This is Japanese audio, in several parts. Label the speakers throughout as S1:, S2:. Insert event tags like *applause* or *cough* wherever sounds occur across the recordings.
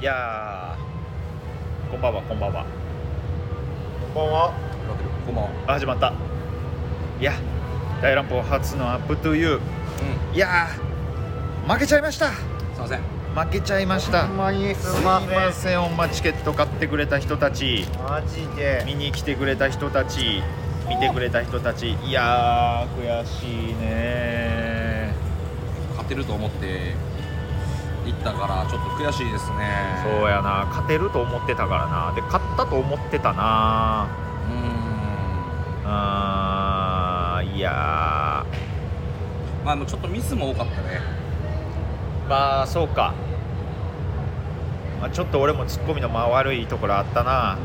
S1: いやーこんばんはこんばんは
S2: こんばんは。
S3: こんばんは。
S1: あ始まったいや大乱歩初のアップトゥーユー
S3: う
S1: いやー負けちゃいました
S3: ん。すいません。
S1: 負けちゃいました
S2: まにす
S1: すいませんほんまチケット買ってくれた人たち
S2: マジで。
S1: 見に来てくれた人たち見てくれた人たちいやー悔しいね
S3: 勝てると思って行ったからちょっと悔しいですね。
S1: そうやな勝てると思ってたからなで勝ったと思ってたな
S3: うーん。
S1: あーいや
S3: まあでもちょっとミスも多かったね。
S1: ーまあそうか、まあ、ちょっと俺もツッコミのまあ悪いところあったな
S3: なんか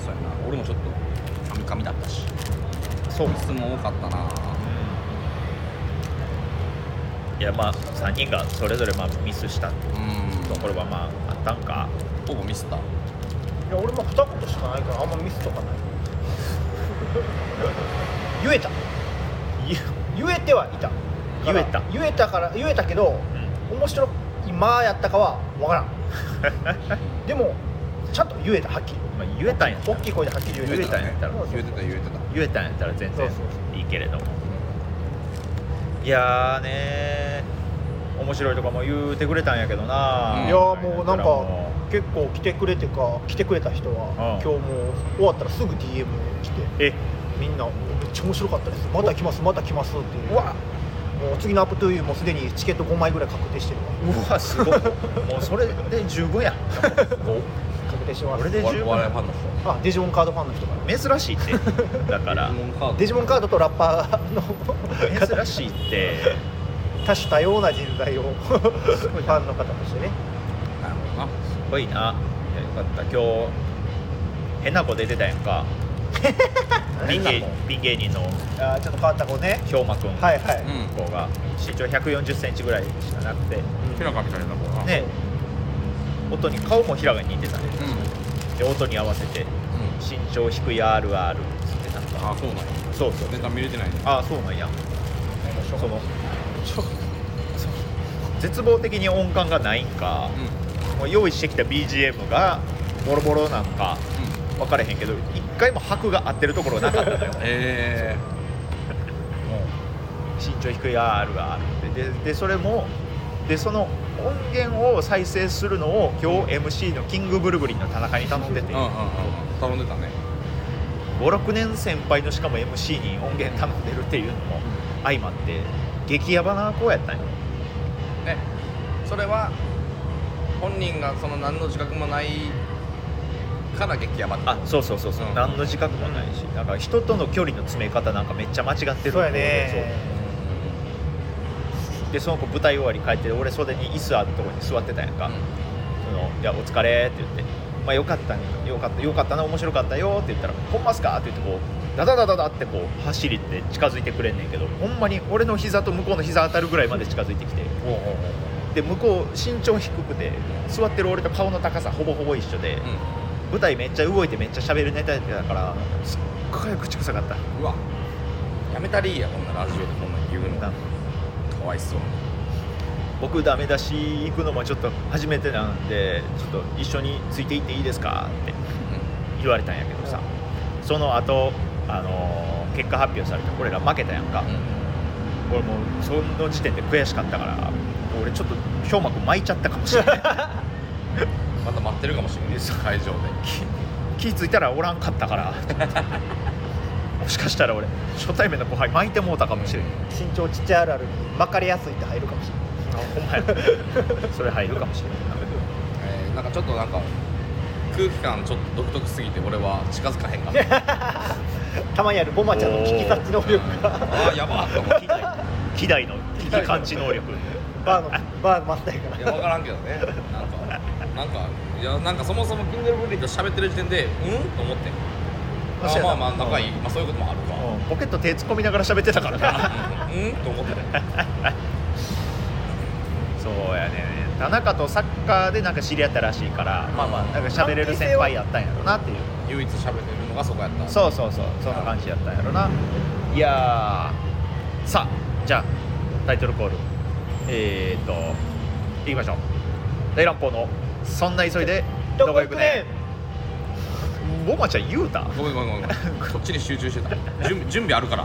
S3: そうやな。俺もちょっとカミカミだったし。
S1: そう
S3: ミスも多かったな。
S1: いやまあ3人がそれぞれまあミスした
S3: う
S1: と
S3: ー
S1: ころはまああったんか
S3: ん。ほぼミスった。
S2: いや、俺も二言しかないから、あんまミスとかない。 *laughs* 言えた。
S1: ゆ
S2: 言えてはいた。
S1: 言えた
S2: 言えたから、言えたけど、面白い、今やったかは
S1: *laughs*
S2: わからん。でも、ちゃんと言えた、はっきり。
S1: まあ、言えたんやった
S2: 大
S1: ら
S2: きい声ではっきり言え
S1: 言え
S2: た。
S1: たんやったら
S3: 言えてた言えてた。
S1: 言えたんやったら全
S2: そう
S1: 然
S2: そう
S1: いいけれどもいやーねー面白いとかも言うてくれたんやけどな、
S3: うん
S2: いやーもうな
S1: だ
S2: んから
S1: も
S2: 結構来てくれてか来てくれた人は、
S1: うん
S2: 今日もう終わったらすぐ DM 来て
S1: うえ
S2: みんなめっちゃ面白かったですまた来ますまた来ますっていう
S1: うわ
S2: もう次のアップトゥーユーもすでにチケット5枚ぐらい確定してるわ
S1: うわす
S2: *laughs*
S1: ごいもうそれで十分や
S2: 確定してます
S1: 俺で
S3: おお笑いファンの
S2: あデジモンカードファンの人から
S1: 珍しいってだから
S3: 人。
S2: デジモンカードとラッパーの
S1: 珍しいって
S2: 多種多様な人材をファンの方としてね
S3: なるほどな。
S1: すごいないやよかった今日変な子出てたやん *laughs* かピン芸ピン芸人の
S2: あーちょっと変わった子ね
S1: 兵馬くん
S2: はいはい、
S3: うん
S1: 子が身長1 4 0ンチぐらいしかなくて
S3: 平川みたいなもんな。
S1: ね音に顔も平が似てたね
S3: うん。
S1: で音に合わせて
S3: うん。
S1: 身長低い RR っつってなんか
S3: あそうなんや。
S1: そうそう
S3: ネタ見れてないね。
S1: ああそうなんやそのちょそう絶望的に音感がないんか
S3: うん。うん。
S1: もう用意してきた BGM がボロボロなんか分からへんけど一回も拍が合ってるところなかった
S3: *laughs*
S1: のよ
S3: え
S1: 身長低い R があってででそれもでその音源を再生するのを今日 MC のキングブルブリンの田中に頼んで
S3: え
S1: て
S3: ー。うんうんうんうん。頼んでたね。
S1: 56年先輩のしかも MC に音源頼んでるっていうのも相まって激ヤバな子やったんよ
S3: ね、それは本人がその何の自覚もないから激ヤバ
S1: あそうそうそうそう、
S3: うん
S1: 何の自覚もないしなんか人との距離の詰め方なんかめっちゃ間違ってる
S2: そうやね
S1: そうでその子舞台終わり帰って俺袖に椅子あるとこに座ってたやんか、その「いやお疲れ」って言って「まあよかったねよかったよかったな面白かったよ」って言ったら「ほんますか?」って言ってこうダダダダダってこう走りって近づいてくれんねんけどほんまに俺の膝と向こうの膝当たるぐらいまで近づいてきて
S3: おうおうおう
S1: で向こう身長低くて座ってる俺と顔の高さほぼほぼ一緒で、舞台めっちゃ動いてめっちゃ喋るネタやってたからすっごい口臭かった
S3: うんうわやめたりーやこんなラジオでこんなん言うの
S1: なんか
S3: かわいそう
S1: 僕ダメ出し行くのもちょっと初めてなんでちょっと一緒についていっていいですかって言われたんやけどさその後あのー結果発表されて俺ら負けたやんか
S3: うん、
S1: 俺もうその時点で悔しかったから俺ちょっと兵馬くん巻いちゃったかもしれ
S2: *laughs*
S1: ない
S3: うん、また待ってるかもしれないです会場で
S1: 気付いたらおらんかったからもしかしたら俺初対面の後輩巻いてもうたかもしれない
S2: 身長ちっちゃいあるあるに分かりやすいって入るかもしれない
S1: あほんまやそれ入るかもしれない
S3: えーなんかちょっとなんか空気感ちょっと独特すぎて俺は近づかへんかった
S2: *laughs* たまにあるボマちゃんの聞き察知能力が
S3: あーや *laughs* ばーと思って
S1: 希代の危機感知能力
S2: バーのバーマスターやから
S3: いや分からんけどねなんかなんかいやなんかそもそもキングルブリーと喋ってる時点でうんと思って
S1: そうや
S3: あ
S1: な
S3: まあまあ仲いい、まあ、そういうこともあるか
S1: うんポケット手突っ込みながら喋ってたからな
S3: うんと思ってた
S1: *laughs* そうやね田中とサッカーでなんか知り合ったらしいからまあまあなんか喋れる先輩やったんやろなっていう
S3: 唯一喋ってるのがそこやった
S1: そうそうそうそんな感じやったんやろないやーさあじゃあタイトルコールえー、っといきましょう大乱暴のそんな急いで
S2: ど
S1: ど
S2: こ
S1: こ
S2: 行
S1: 行
S2: く
S1: く
S2: ね
S1: ねボマちゃん言うた
S3: ごめんごめんごめんこっちに集中してた準備準備あるから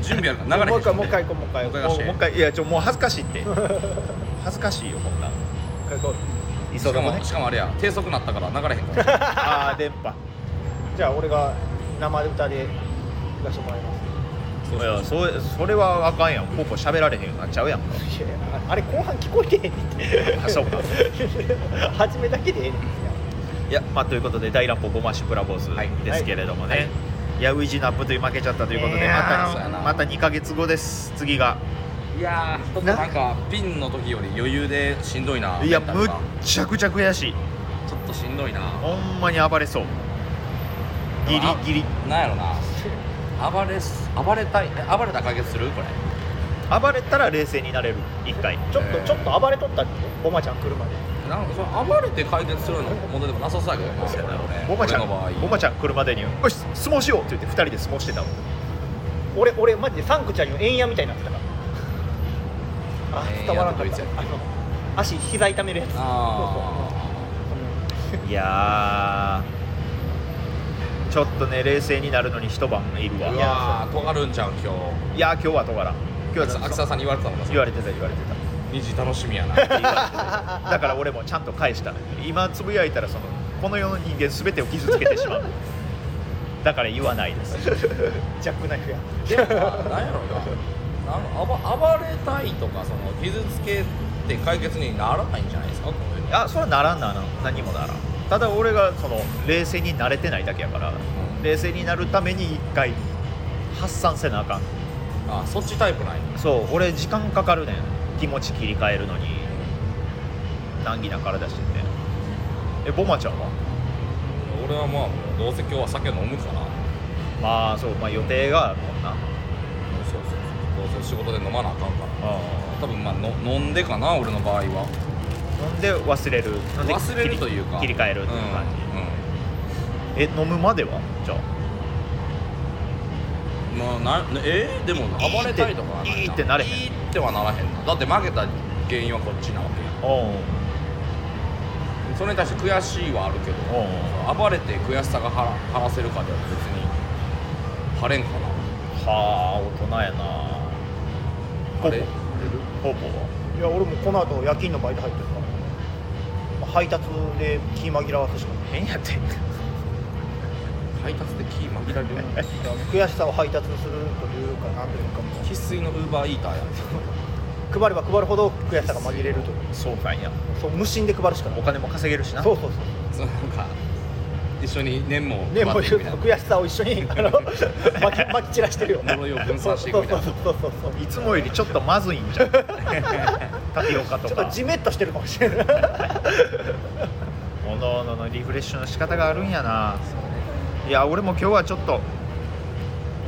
S3: 準備あるから流れ
S2: もう
S3: へん
S2: 一
S3: し
S2: 回もう一回行こうもう一回行こう
S3: も
S1: も
S3: う
S1: う
S3: 一
S1: もう一
S3: 回
S1: 回いやちょもう恥ずかしいって *laughs* 恥ずかしいよこんなん
S2: もう一回行こう
S1: 急
S3: し
S1: ど
S3: か
S1: こね
S3: もしかもあれや低速なったから流れへんから
S1: ああ電波
S2: じゃあ俺が生で歌で行かせてもらいます
S1: いやそれそれはあかんやんポーポー喋られへんようになっちゃ
S3: *laughs*
S1: うやんか
S2: いやいやあれ後半聞こえてへんねんって
S1: あそうか
S2: *laughs* 初めだけでええねん
S1: いやまあということで大乱歩ゴマシュプラボス
S3: はい
S1: ですけれどもね、
S2: はい
S1: いやウイジナップという負けちゃったということで、
S2: いやー
S1: ま
S3: そうやな
S1: たまた2か月後です次が
S3: いやーちょっとなんかピンの時より余裕でしんどいない
S1: や
S3: メンタ
S1: む
S3: ル
S1: っ
S3: が
S1: ちゃくちゃ悔しい
S3: ちょっとしんどいな
S1: ほんまに暴れそうギリ
S3: あ
S1: ギリ
S3: なんやろな暴れす暴れたいえ暴れた解決するこれ
S1: 暴れたら冷静になれる1回
S2: ちょっと、
S3: えー
S2: ちょっと暴れとったっけボマちゃん来るまで
S3: なんかそれ暴れて解決するのものでもなさそうやけどな俺
S1: ボマちゃん
S3: 俺の場合
S1: ボマちゃん来るまでに「よし相撲しよう」って言って2人で相撲してたもん
S2: 俺俺マジでサンクちゃんの円矢みたいになってたからあ
S3: 円矢
S2: 伝わらんかっ
S3: と
S2: た
S3: どいつや
S2: あの足膝痛めるやつ *laughs*
S3: あ
S1: いやーちょっとね冷静になるのに一晩いる
S3: あ
S1: わ
S3: う
S1: いや
S3: わー尖るんじゃん今
S1: いやー今日はとからん今日
S3: 日
S1: は
S3: 秋沢さんに言われてたもんな
S1: 言われてた言われてた
S3: 2時楽しみや
S1: *laughs*
S3: な *laughs*
S1: だから俺もちゃんと返した今つぶやいたらそのこの世の人間全てを傷つけてしまうだから言わないです
S2: うんジャックナイフや
S3: でもまあなんやろななんか暴暴れたいとかその傷つけて解決にならないんじゃないですかこういうの
S1: あそれはならんなな何もならんただ俺がその冷静になれてないだけやから冷静になるために一回発散せなあかん
S3: あそっちタイプない
S1: そう俺時間かかるねん気持ち切り替えるのに難儀な体しててえボマちゃんは
S3: 俺はまあもうどうせ今日は酒飲むから
S1: まあそうまあ予定があるもんな
S3: そうそうそうどうせ仕事で飲まなあかんから
S1: あ
S3: 多分まあの飲んでかな俺の場合は
S1: ー飲んで忘れる飲んで
S3: 忘れるというか
S1: 切り切り替えるっていう感じ、
S3: う
S1: え
S3: んうん
S1: 飲むまではじゃあ
S3: まあ、なえーでも暴れたりとかはな
S1: い
S3: い
S1: いってなれへん
S3: いいってはならへんなだって負けた原因はこっちなわけや
S1: おう
S3: んそれに対して悔しいはあるけど
S1: おう
S3: 暴れて悔しさが晴ら晴らせるかでは別に晴れんかな
S1: はあ大人やな
S3: あれ
S1: ポーポーはい
S2: や *laughs* 俺もこの後夜勤のバイト入ってるから、まあ、配達で気紛らわせしかな
S1: 変やって
S3: 配達で気紛られる
S2: い悔しさを配達するというかなんというかも
S3: 生粋のウーバーイーターや *laughs*
S2: う配れば配るほど悔しさが紛れるという
S1: そうなんや
S2: そう無心で配るしかない
S1: お金も稼げるしな
S2: そうそうそう
S3: そうなんか一緒に年も
S2: ね、もう
S3: 配ってるみたいな
S2: 悔しさを一緒にあのまきまき散らしてるよ。
S3: 呪いを分散していくみたいな
S2: そうそうそうそうそう
S1: いつもよりちょっとまずいんじゃんタピオカと
S2: ちょっ
S1: か
S2: とジメッとしてるかもしれない。
S1: おのおののリフレッシュの仕方があるんやないや俺も今日はちょっと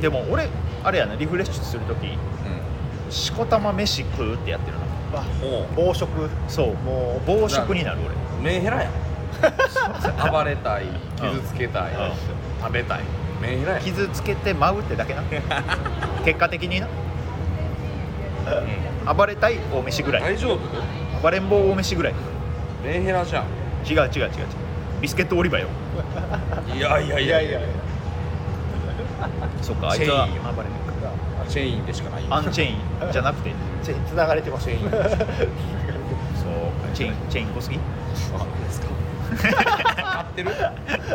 S1: でも俺あれやなリフレッシュする時しこたま飯食うってやってるな
S2: まあ
S3: うんも
S2: 暴食。
S1: そうもう暴食になる俺
S3: うメンヘラや
S1: *laughs*
S3: ん暴れたい傷つけたい、
S1: うん
S3: 食べたいメンヘラやん
S1: 傷つけて舞うってだけな結果的にな暴れたい大飯ぐらい
S3: 大丈夫
S1: 暴れん坊大飯ぐらい
S3: メンヘラじゃん
S1: 違う違う違う違うビスケットオリバーよ
S3: いやいやいやいや
S1: そっかあい
S3: チェ
S1: つ
S3: インよ
S1: は暴れんか
S3: チェインでしかないよ
S1: アンチェインじゃなくて
S2: ちょ繋がれてます。
S3: チェイン
S2: 繋がれてる
S1: そうかチェインチェイン濃すぎ
S3: わかんない
S1: *laughs*
S3: ですかかかってるな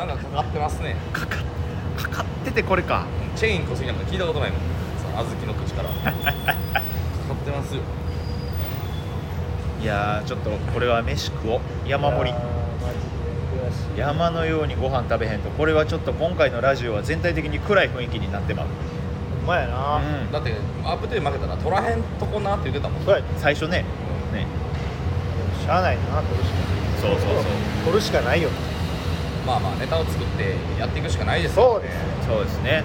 S3: んかかかってますね
S1: かかかかっててこれか
S3: チェインこすぎなんか聞いたことないもんその小豆の口からかかってますよ
S1: いやーちょっとこれは飯食おう山盛り
S2: あーマジで悔しい。
S1: 山のようにご飯食べへんとこれはちょっと今回のラジオは全体的に暗い雰囲気になってまう、
S2: ほんまやな。
S3: だってアップデート負けたら取らへんとこなって言ってたもん
S2: そうや。で
S1: うん最初ねね
S2: もしゃあないな。取るし
S1: そうそう
S2: か
S1: そう
S2: 取るしかないよ。
S3: まあまあネタを作ってやっていくしかないです
S2: そ
S3: よ
S2: うです
S1: そうですね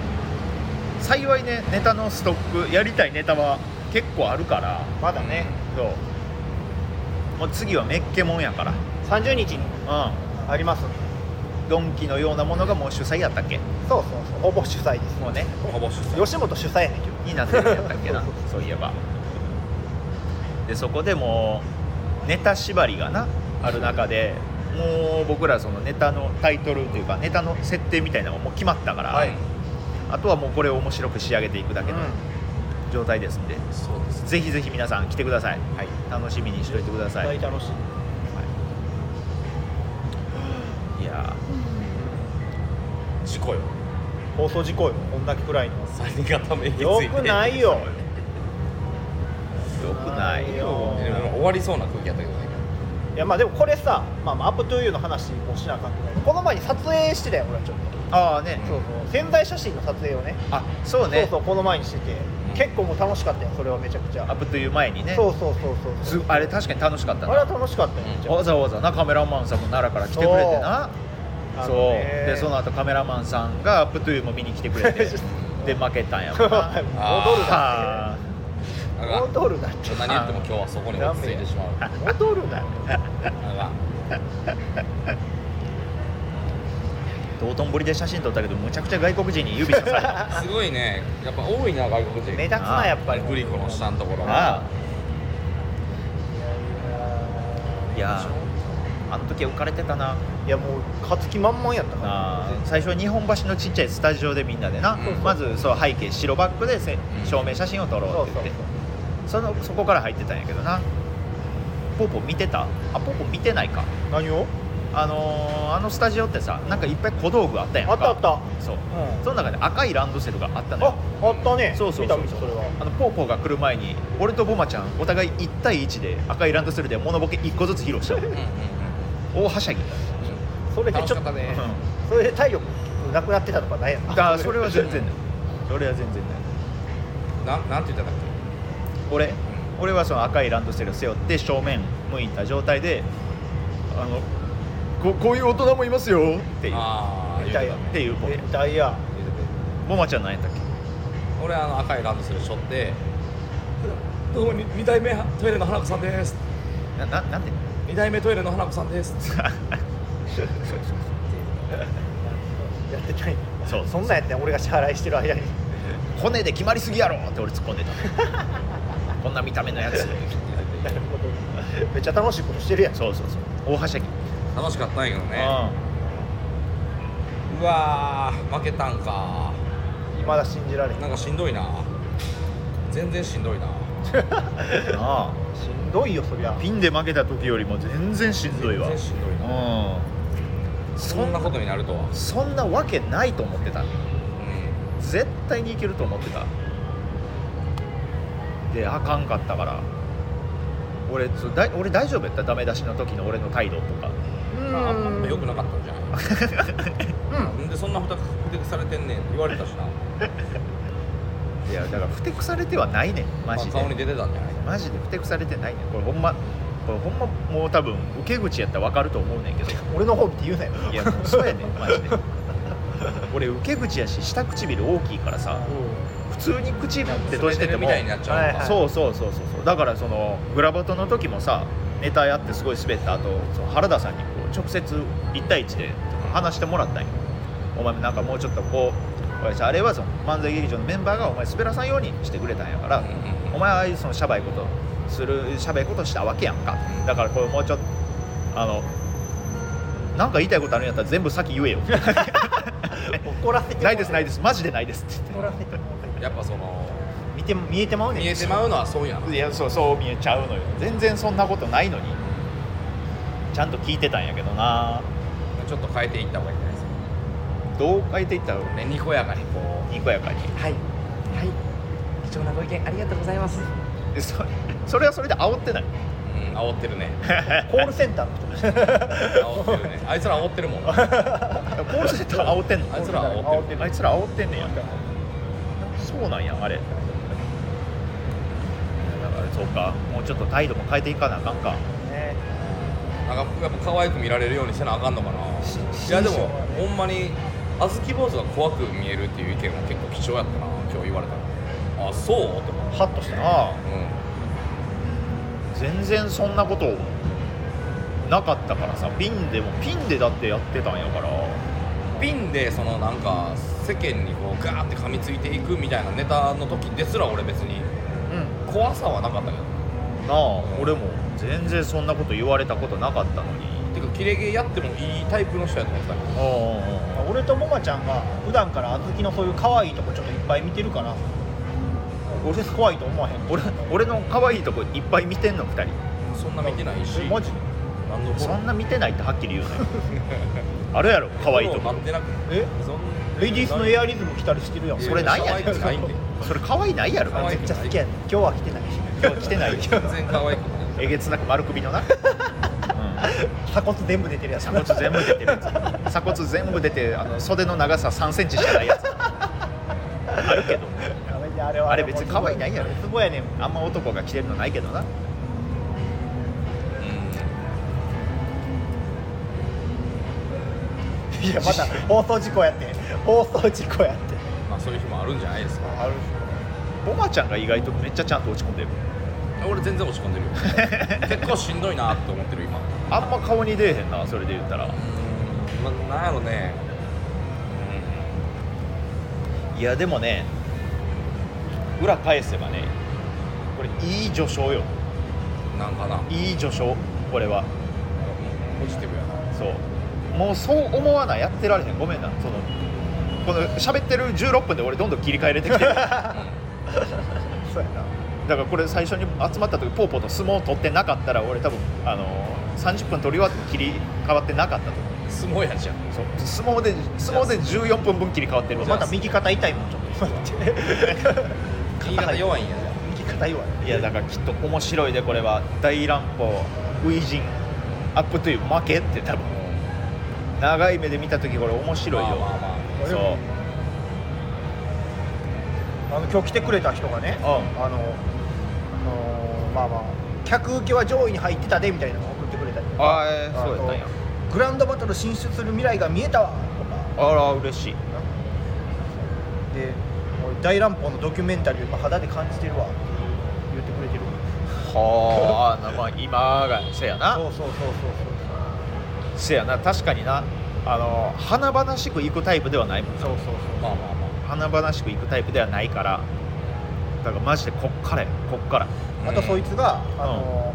S1: 幸いねネタのストックやりたいネタは結構あるから
S2: まだね。
S1: そうもう次はメッケモンやから
S2: 30日に
S1: う
S2: あります。
S1: んドンキのようなものがもう主催やったっけ
S2: そうそうそう。ほぼ主催です。
S1: もうね
S3: ほぼ主催
S2: 吉本主催やねんけど。
S1: になってるんやったっけ
S3: *laughs*
S1: なそういえばでそこでもうネタ縛りがなある中でもう僕らそのネタのタイトルというかネタの設定みたいなのがもう決まったから、
S3: はい
S1: あとはもうこれを面白く仕上げていくだけの状態ですんで、
S3: そうですね
S1: ぜひぜひ皆さん来てください
S3: はい
S1: 楽しみにしておいてください、
S2: 大体楽しい
S1: いや
S3: 事故よ
S2: 放送事故よこんだけ暗いの
S3: 三人固めについて
S2: よくないよ
S1: ーよくないよ
S3: でも終わりそうな空気やったけどね
S2: いやまあでもこれさ、まあ、まあアップトゥーユーの話もしなあかったけどこの前に撮影してたよ俺はちょっと
S1: ああね、
S3: うん
S2: そうそう潜在写真の撮影をね
S1: あそうね
S2: そうそうこの前にしてて、
S3: ん
S2: 結構もう楽しかったよそれはめちゃくちゃ
S1: アップという前にね
S2: そうそうそうそう
S1: すあれ確かに楽しかった
S2: あれは
S1: な
S2: 楽しかったよ、めっちゃ
S1: わざわざなカメラマンさんも奈良から来てくれてな
S2: あ
S1: そう
S2: のね
S1: でその後カメラマンさんがアップトゥーも見に来てく
S2: *laughs*
S1: れてで負けたんや
S2: 戻
S1: も
S2: る
S1: んな
S2: な
S1: あ
S2: っ
S3: あ
S2: て
S3: がん
S2: *laughs* 戻るなって
S3: 何言っても今日はそこに落ち着いてしまうあ
S2: 戻るなって
S3: がん
S1: ー道頓堀で写真撮ったけどむちゃくちゃ外国人に指さされた
S3: すごいねやっぱ多いな外国人
S2: 目立つなやっぱり
S3: グリコの下のところ
S1: ああいやーあの時は浮かれてたない
S2: やもう勝つ気満々やったから
S1: あー最初日本橋のちっちゃいスタジオでみんなでな、
S3: うん
S1: まずそう背景白バックでせ照明写真を撮ろうって言ってそのそこから入ってたんやけどなポーポー見てたあポーポー見てないか
S2: 何を
S1: あのーあのスタジオってさなんかいっぱい小道具あったやんか
S2: *laughs* あったあった
S1: そう
S2: うん
S1: その中で赤いランドセルがあったのよ
S2: ああったね
S1: そうそうそう
S2: 見た見たそれは
S1: あのポーポーが来る前に俺とボマちゃんお互い1対1で赤いランドセルでモノボケ1個ずつ披露したの
S3: うんうんうん
S1: 大はしゃぎ
S2: それで
S3: 楽
S2: ち
S3: し
S2: ょ
S3: か
S2: っ
S3: った
S2: と
S3: ね
S2: それで体力なくなってたとかないやろ
S1: あーそれは全然ないそれは全然ない
S3: ななんて言ったんだっ
S1: 俺俺はその赤いランドセルを背負って正面向いた状態であのここういう大人もいますよって
S3: け
S1: いう
S3: ああ
S2: みたいや
S1: っていうポケ
S2: 絶対や
S1: ボマちゃん何やったっけ
S3: 俺あの赤いランドセルしょってどうもに二代目トイレの花子さんです
S1: なななんて *laughs*
S3: 二代目トイレの花子さんです
S2: やってない
S1: そう
S2: そんなんやってん俺が支払いしてる間に *laughs*
S1: コネで決まりすぎやろって俺突っ込んで *laughs* たこんな見た目のやつ
S2: なるほどめっちゃ楽しいことしてるやん
S1: そうそうそう大はしゃぎ、
S3: 楽しかったんやけどね
S1: う
S3: うわー負けたんか
S2: いまだ信じられへん
S3: なんかしんどいな全然しんどいなん
S1: なあ
S2: しんどいよそりゃ
S1: ピンで負けた時よりも全然しんどいわ
S3: 全然しんどいな
S1: うん
S3: そんなことになるとは
S1: そんなわけないと思ってた
S3: うん
S1: 絶対にいけると思ってたであかんかったから俺そうだい俺大丈夫やったダメ出しの時の俺の態度とか
S2: うん
S3: あんま良くなかったんじゃないなんでそんなふたふてくされてんねんって言われたしな、
S1: いやだからふてくされてはないねんマ
S3: まあ、
S1: ジで、
S3: 顔に出てたんじゃない
S1: マジでふてくされてないねんこれほんまこれほんまもう多分受け口やったら分かると思うねんけど
S2: 俺の方見て言うなよ
S1: いやもうそうやねんマジで俺受け口やし下唇大きいからさ普通に口持って閉じてて
S3: る
S1: も
S3: みたいになっちゃうのか、
S2: はい
S1: そうそうそうそうそうだからそのグラバトの時もさネタやってすごい滑った後その原田さんにこう直接1対1で話してもらったんよお前もなんかもうちょっとこう俺さあれはその漫才劇場のメンバーがお前滑らさんようにしてくれたんやから、
S3: うんうん
S1: お前はああいうそのしゃばいことするしゃべいことしたわけやんかだからこれもうちょっとあのなんか言いたいことあるんやったら全部先 *laughs* 言えよ
S2: 怒らせて
S1: ないですない
S2: で
S1: ですマジでないですって言って
S2: 怒らせてもら
S3: やっぱその
S2: う見て見えてまうねん
S3: 見えてまうのはそうやない
S1: やそうそう見えちゃうのよ全然そんなことないのにちゃんと聞いてたんやけどな
S3: ちょっと変えていった方がいいんじゃないです
S1: どう変えていったら
S3: かねにこやかにこ、
S1: にこやかに
S2: はいはい貴重なご意見ありがとうございます
S1: でそそれはそれで煽ってないう
S3: うん、煽ってるね
S2: コールセンターの人
S3: *laughs* 煽ってるねあいつら煽ってるもん
S1: コールセンター煽ってんの
S3: あいつらは煽って
S1: あいつら煽ってんねんやそうなんやあれいやだからそうかもうちょっと態度も変えていかなあかんか
S2: *laughs* ね
S3: なんかやっぱ可愛く見られるようにせなあかんのかないやでもほんまに小豆坊主が怖く見えるっていう意見は結構貴重やったな今日言われたらあそうって思
S1: ハッとしたな
S3: う、うん、
S1: 全然そんなことなかったからさピンでもピンでだってやってたんやから
S3: ピンでそのなんか世間にこうガーって噛みついていくみたいなネタの時ですら俺別に
S1: うん
S3: 怖さはなかったけど
S1: なあ俺も全然そんなこと言われたことなかったのに
S3: てかキレゲやってもいいタイプの人やと思ってたけど
S1: あ
S2: 俺ともまちゃんが普段から小豆のそういう可愛いとこちょっといっぱい見てるから俺怖いと思わへん
S1: 俺俺の可愛いとこいっぱい見てんの2人
S3: そんな見てないし
S2: えマジで
S3: 何のフォロ
S1: そ
S3: ー
S1: んな見てないってはっきり言う
S3: *laughs*
S1: のよあるやろ可愛いと
S3: フォ
S1: こ
S3: ローなってなく
S2: え
S3: そん
S2: レディースのエアリズム着たりしてるやん
S3: い
S1: それなんやねん
S3: 可愛くないって
S1: それ可愛いないやろ
S3: 可愛い
S2: めっちゃ好きやねん *laughs* 今日は来てないし
S1: 今日来てないよ
S3: 全然可愛くない
S1: えげつなく丸首のな、うん
S2: 鎖骨全部出てるや
S1: *laughs*
S2: つ
S1: 鎖骨全部出てるやつ鎖骨全部出てあの袖の長さ3センチしかないやつあるけど
S2: やめてあれは
S1: あれ別に可愛いないやろ
S2: すごいやねん
S1: あんま男が着てるのないけどな
S2: いやまた放送事故やって放送事故やって
S3: うんまあそういう日もあるんじゃないですか
S2: ある
S1: ボマちゃんが意外とめっちゃちゃんと落ち込んでる
S3: 俺全然落ち込んでるよ結構しんどいなって思ってる今
S1: あんま顔に出えへんなそれで言ったら
S3: まあなんやろね
S1: いやでもね裏返せばねこれいい序章よ
S3: うんなんかななんか
S1: いい序章これは
S3: ポジティブやな
S1: そうもうそう思わないやってられへんごめんなそのこの喋ってる16分で俺どんどん切り替えれてきて
S2: *laughs*
S1: るだか
S2: そうやな
S1: らこれ最初に集まった時ポーポーと相撲取ってなかったら俺多分あのー30分取り終わっても切り替わってなかったと思
S3: 相撲やじゃん
S1: うそう相撲で相撲で14分分切り替わってる
S2: また右肩痛いもんちょっと待って
S3: 言い方弱いんやじゃん
S2: 右肩弱
S1: *laughs*
S2: い
S1: いやだからきっと面白いでこれは大乱暴初陣アップという負けって多分長い目で見た時これ面白いよ、
S3: まあまあまあ
S1: そう
S2: あの今日来てくれた人がね、
S1: うん
S2: あの、あのーまあまあ客受けは上位に入ってたでみたいなのを送ってくれたりとか
S1: あえーそうやったんや
S2: あとグランドバトル進出する未来が見えたわとか
S1: あら嬉しい
S2: でもう大乱暴のドキュメンタリーを今肌で感じてるわって言ってくれてる
S1: はあまあ今がせや
S2: そう
S1: な
S2: そうそう
S1: せやな確かになあの華々しく行くタイプではないもん
S2: そうそうそうそう
S3: まあまあま
S1: 華
S3: あ
S1: 々しく行くタイプではないからだからマジでこっからやこっから
S2: あとそいつが、あの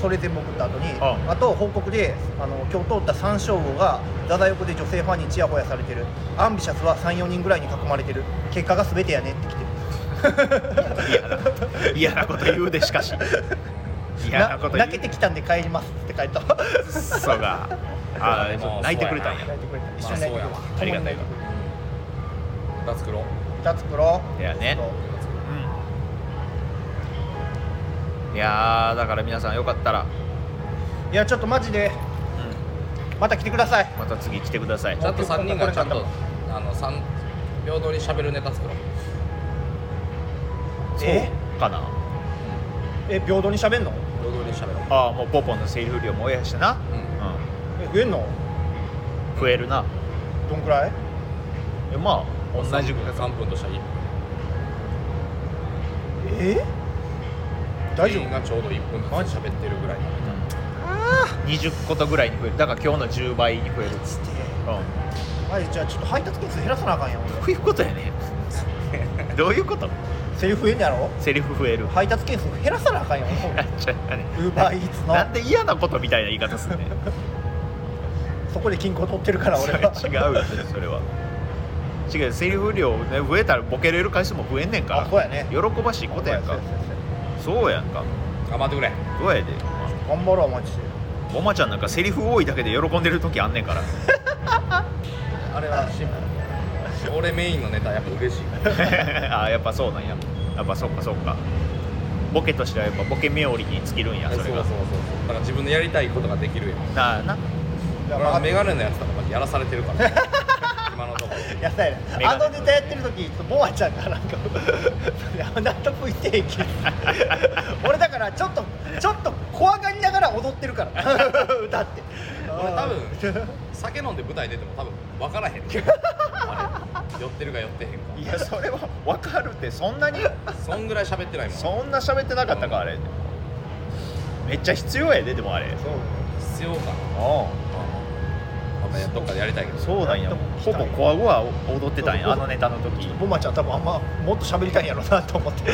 S2: それ全部送った後に、
S1: ん
S2: あと報告であの今日通った三章号がダダ横で女性ファンにちやほやされてるアンビシャスは34人ぐらいに囲まれてる結果が全てやねってきてる
S1: 嫌な嫌なこと言うでしかし嫌なこと言う
S2: 泣けてきたんで帰りますって書いた泣
S1: そうがあー
S3: まあ
S1: 泣いてくれた
S2: *laughs*
S1: んや
S2: いてくれた一緒
S3: まあ
S2: に泣いてく
S3: そう
S2: れ
S3: や
S2: た、
S3: わ
S1: ありがたいわ
S3: 歌作ろう
S2: 歌作ろう
S1: いやねうんいやーだから皆さんよかったら、
S2: いやちょっとマジでまた来てください
S1: また次来てください
S3: ちゃんと3人がちゃん
S2: ことれ
S3: あの三平等に喋るネタ作ろう
S2: え
S1: そうかな
S2: え平等に喋んの
S3: 平等に喋ろう
S1: ああもうポポのセリフ量も多いやしな、う
S3: うん
S2: え増えんの
S1: ん、増えるな
S2: どんくらい
S1: えまあ同じぐらい
S3: 3分としたらいい
S2: え大丈
S3: 全員
S2: 夫
S3: がちょうど1分ずつ喋ってるぐらい
S1: 20個とぐらいに増えるだから今日の10倍に増える
S2: つって
S1: う
S2: あじゃあちょっと配達件数減らさなあかんやん俺
S1: んどういうことやね *laughs* どういうこと
S2: セリフ増えんねやろ
S1: セリフ増える *laughs*
S2: 配達件数減らさなあかんやん
S1: ちゃあね
S2: Uber Eats の
S1: なんで嫌なことみたいな言い方すんねん
S2: そこで金庫取ってるから
S1: そ
S2: 俺
S1: れ
S2: は
S1: 違うよねそれは違うセリフ量、ね、増えたらボケれる回数も増えんねんから
S2: あそうやね
S1: 喜ばしいことやんかそうやんか
S3: 頑張ってくれ
S1: どうやで
S2: 頑張ろうマジで
S1: おまちゃんなんかセリフ多いだけで喜んでる時あんねんから
S2: あれは
S3: 俺メインのネタやっぱ嬉しい
S1: *laughs* あーやっぱそうなんややっぱそうかそうかボケとしてはやっぱボケ冥利に尽きるんや
S3: そう
S1: そ
S3: そう
S1: れ
S3: そう
S1: が
S3: そうだから自分のやりたいことができるやん
S1: なあな
S2: だ
S3: 俺
S2: から
S3: メガネのやつとかまでやらされてるから
S1: *laughs*
S3: 今のところ
S2: やったや
S1: メ
S2: な
S1: ガネ
S2: あのネタやってる時ボアちゃんがなんかそれ納得いってへんけど
S1: *laughs*
S2: 俺だからちょっとちょっと怖がりながら踊ってるから
S1: *laughs*
S2: 歌って
S3: 俺多分酒飲んで舞台出ても多分分からへんあれ酔ってるか酔ってへんか
S1: いやそれは分かるってそんな *laughs* に
S3: そんぐらい喋ってないもん
S1: そんな喋ってなかったかあれめっちゃ必要やででもあれ
S2: そう
S3: 必要かな
S1: おう
S3: あのかやどっかでやりたいけど
S1: そうなんやほぼコアゴは踊ってたんやあのネタの時
S2: ボマちゃん多分あんまもっと喋りたいんやろうなと思って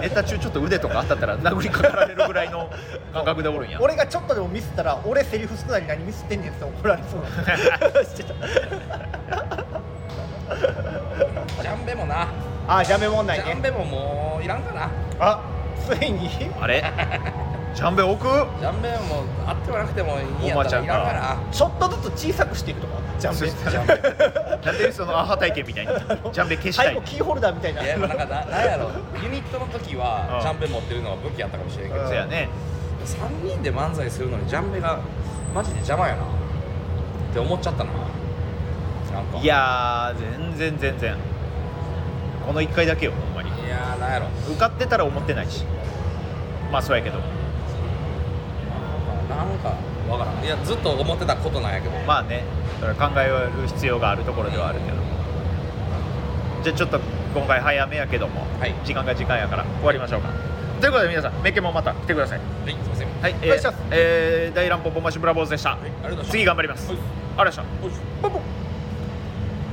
S1: ネタ中ちょっと腕とか当たったら殴りかかられるぐらい *laughs* の感覚でおるんや
S2: 俺がちょっとでもミスったら俺セリフ少ないのに何ミスってんねんって怒られ
S1: *laughs*
S2: そうなんでしてた
S3: ジャンベもな
S2: あジャメ問
S3: ジ
S2: 題
S3: ャン
S2: ね
S3: ベももういらんかな
S2: あついに
S1: あ *laughs* れジャンベ置く
S3: ジャンベもあってもなくてもいいんや
S1: おば
S3: った
S1: ちゃ
S3: ら
S1: ん
S3: い
S1: から
S3: んか
S2: ちょっとずつ小さくしていくとかジャン
S1: そ
S2: ベ
S1: したら
S2: *laughs*
S1: なんでそのアハ体験みたいにジャンベ消した
S2: 最
S1: い
S2: 後キーホルダーみたいな
S3: な。いやなんかななんやろユニットの時は
S1: うん
S3: ジャンベ持ってるのが武器やったかもしれんけど
S1: そうやね
S3: 3人で漫才するのにジャンベがマジで邪魔やなって思っちゃったななんか
S1: いやー全然全然この1回だけよほんまに
S3: いやーなんやろ
S1: 受かってたら思ってないしまあそうやけど
S3: なんかわからんいやずっと思ってたことなんやけど
S1: まあねだから考える必要があるところではあるけどじゃあちょっと今回早めやけども、
S3: はい
S1: 時間が時間やから終わりましょうかということで皆さんメケもまた来てください
S3: はいすいません
S1: はいえ
S2: お願いし
S1: ー
S2: ます
S1: えー大乱歩ボンマシブラボーズでした、
S3: はいありがとうございました
S1: 次頑張ります、
S3: はい
S1: ありがとうございました
S3: よいしょ
S2: ポンポン